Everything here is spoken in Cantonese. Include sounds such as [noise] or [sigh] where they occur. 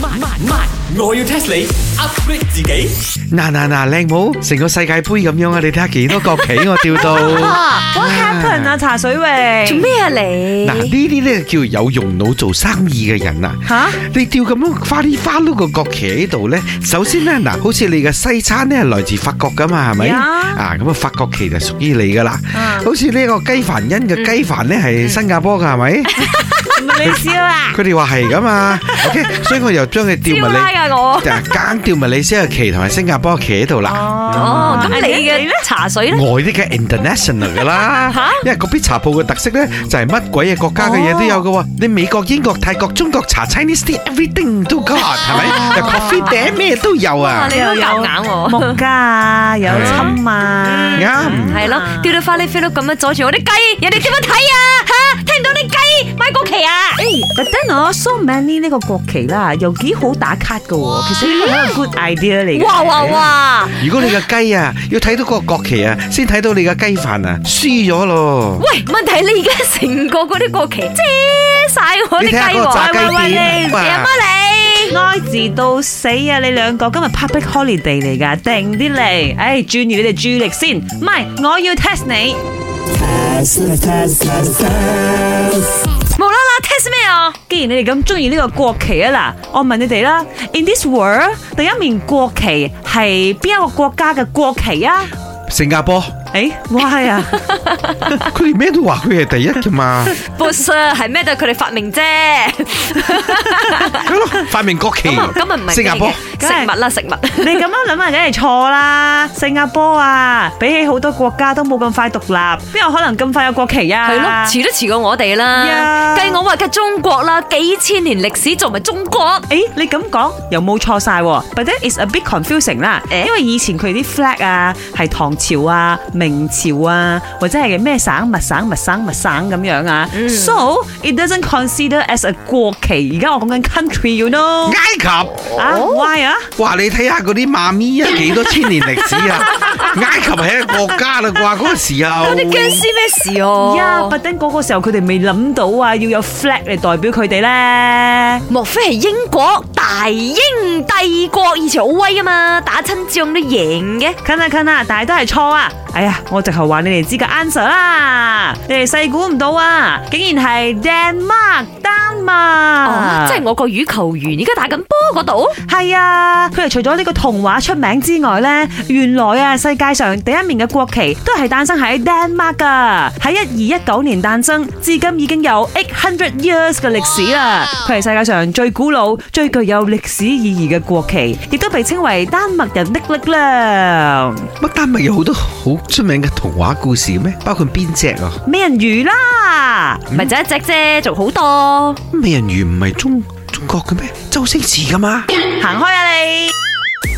慢慢慢，我要 test 你 upgrade 自己。嗱嗱嗱，靚妹，成個世界盃咁樣啊！你睇下幾多國旗我掉到。 What happened 啊？茶水榮做咩啊你？嗱，呢啲咧叫有用腦做生意嘅人啊！吓？你掉咁樣花哩花碌個國旗喺度咧，首先咧嗱，好似你嘅西餐咧係來自法國噶嘛，係咪？呀啊，咁啊法國旗就屬於你噶啦。嗯好似呢個雞凡恩嘅雞凡咧係新加坡噶，係咪？唔係你笑啦，佢哋話係噶嘛，OK，所以我又將佢掉招埋 [laughs] 你。拉噶我。就係間掉埋你先嘅旗同埋新加坡旗喺度啦。Ờ, 哦，à, 咁你你嘅咧茶水咧？外啲嘅 international 噶啦，因為嗰邊茶鋪嘅特色咧就係乜鬼嘢國家嘅嘢都有嘅 Ờ。喎，你美國、英國、泰國、中國茶、Chinese tea everything 都 got [laughs] 係咪？又 coffee 餅咩都有哇，啊，Dạ, 你都夾硬木喎。家啊，有侵啊，啱。係咯，掉到花哩飛碌咁樣阻住我啲雞，人哋點樣睇啊？吓，聽唔到啲雞買國旗啊？誒特登攞 So Many 呢個國旗啦，又幾好打卡噶喎，其實呢個係一個 good idea 嚟嘅。哇哇哇！如果你嘅雞啊，要睇到個國旗啊，先睇到你嘅雞飯啊，輸咗咯。喂，問題你而家成個嗰啲國旗遮晒我啲你睇雞下嗰個炸喎，雞喂喂喂，你店贏哇乜你？哀字到死啊！你兩個今日 public holiday 嚟噶，定啲嚟。唉，轉移你哋注意力先。唔係，我要 test 你。無啦啦 test 咩啊？既然你哋咁中意呢個國旗啊嗱，我問你哋啦，In this world，第一面國旗係邊一個國家嘅國旗啊？新加 [laughs] 坡，誒，why 啊？佢哋咩都話佢係第一 [laughs] 噶嘛，不是，係咩都係佢哋發明啫。係咯，發明國旗咁啊，咁啊唔，係新加坡咩。嘅食物啦，食物。你咁樣諗啊，梗係錯啦！新加坡啊，比起好多國家都冇咁快獨立，邊有可能咁快有國旗啊？係咯，遲都遲過我哋啦。呀計我話嘅中國啦，幾千年歷史仲唔係中國？誒，你咁講又冇錯晒喎，but that is a bit confusing 啦。誒因為以前佢啲 flag 啊，係唐朝啊、明朝啊，或者係咩省、物省、物省、物省咁樣啊。So it doesn't consider as a 國旗。而家我講緊 country，you know？埃及。啊，why 啊？哇！你睇下嗰啲媽咪啊，幾多千年歷史啊！埃及係一個國家啦啩，嗰、個時候嗰啲僵屍咩事哦？呀，but then 嗰個時候佢哋未諗到啊，要有 flag 嚟代表佢哋咧。莫非係英國大英帝國以前好威噶嘛？打親仗都贏嘅。近啊近啊，但係都係錯啊！哎呀，我直頭話你哋知個 answer 啦，你哋細估唔到啊，竟然係 Denmark 丹哦麥，，即係我個羽球員而家打緊波嗰度。係啊！佢哋除咗呢個童話出名之外呢，原來啊世界上第一面嘅國旗都係誕生喺 Denmark 噶，喺一二一九年誕生，至今已經有 eight hundred years 嘅歷史啦。佢係世界上最古老、最具有歷史意義嘅國旗，亦都被稱為丹麥人的力量。乜丹麥有好多好出名嘅童話故事咩？包括邊只啊？美人魚啦！咪就一隻啫，仲好多。美人魚唔係中中國嘅咩？周星馳噶嘛？行開啊你！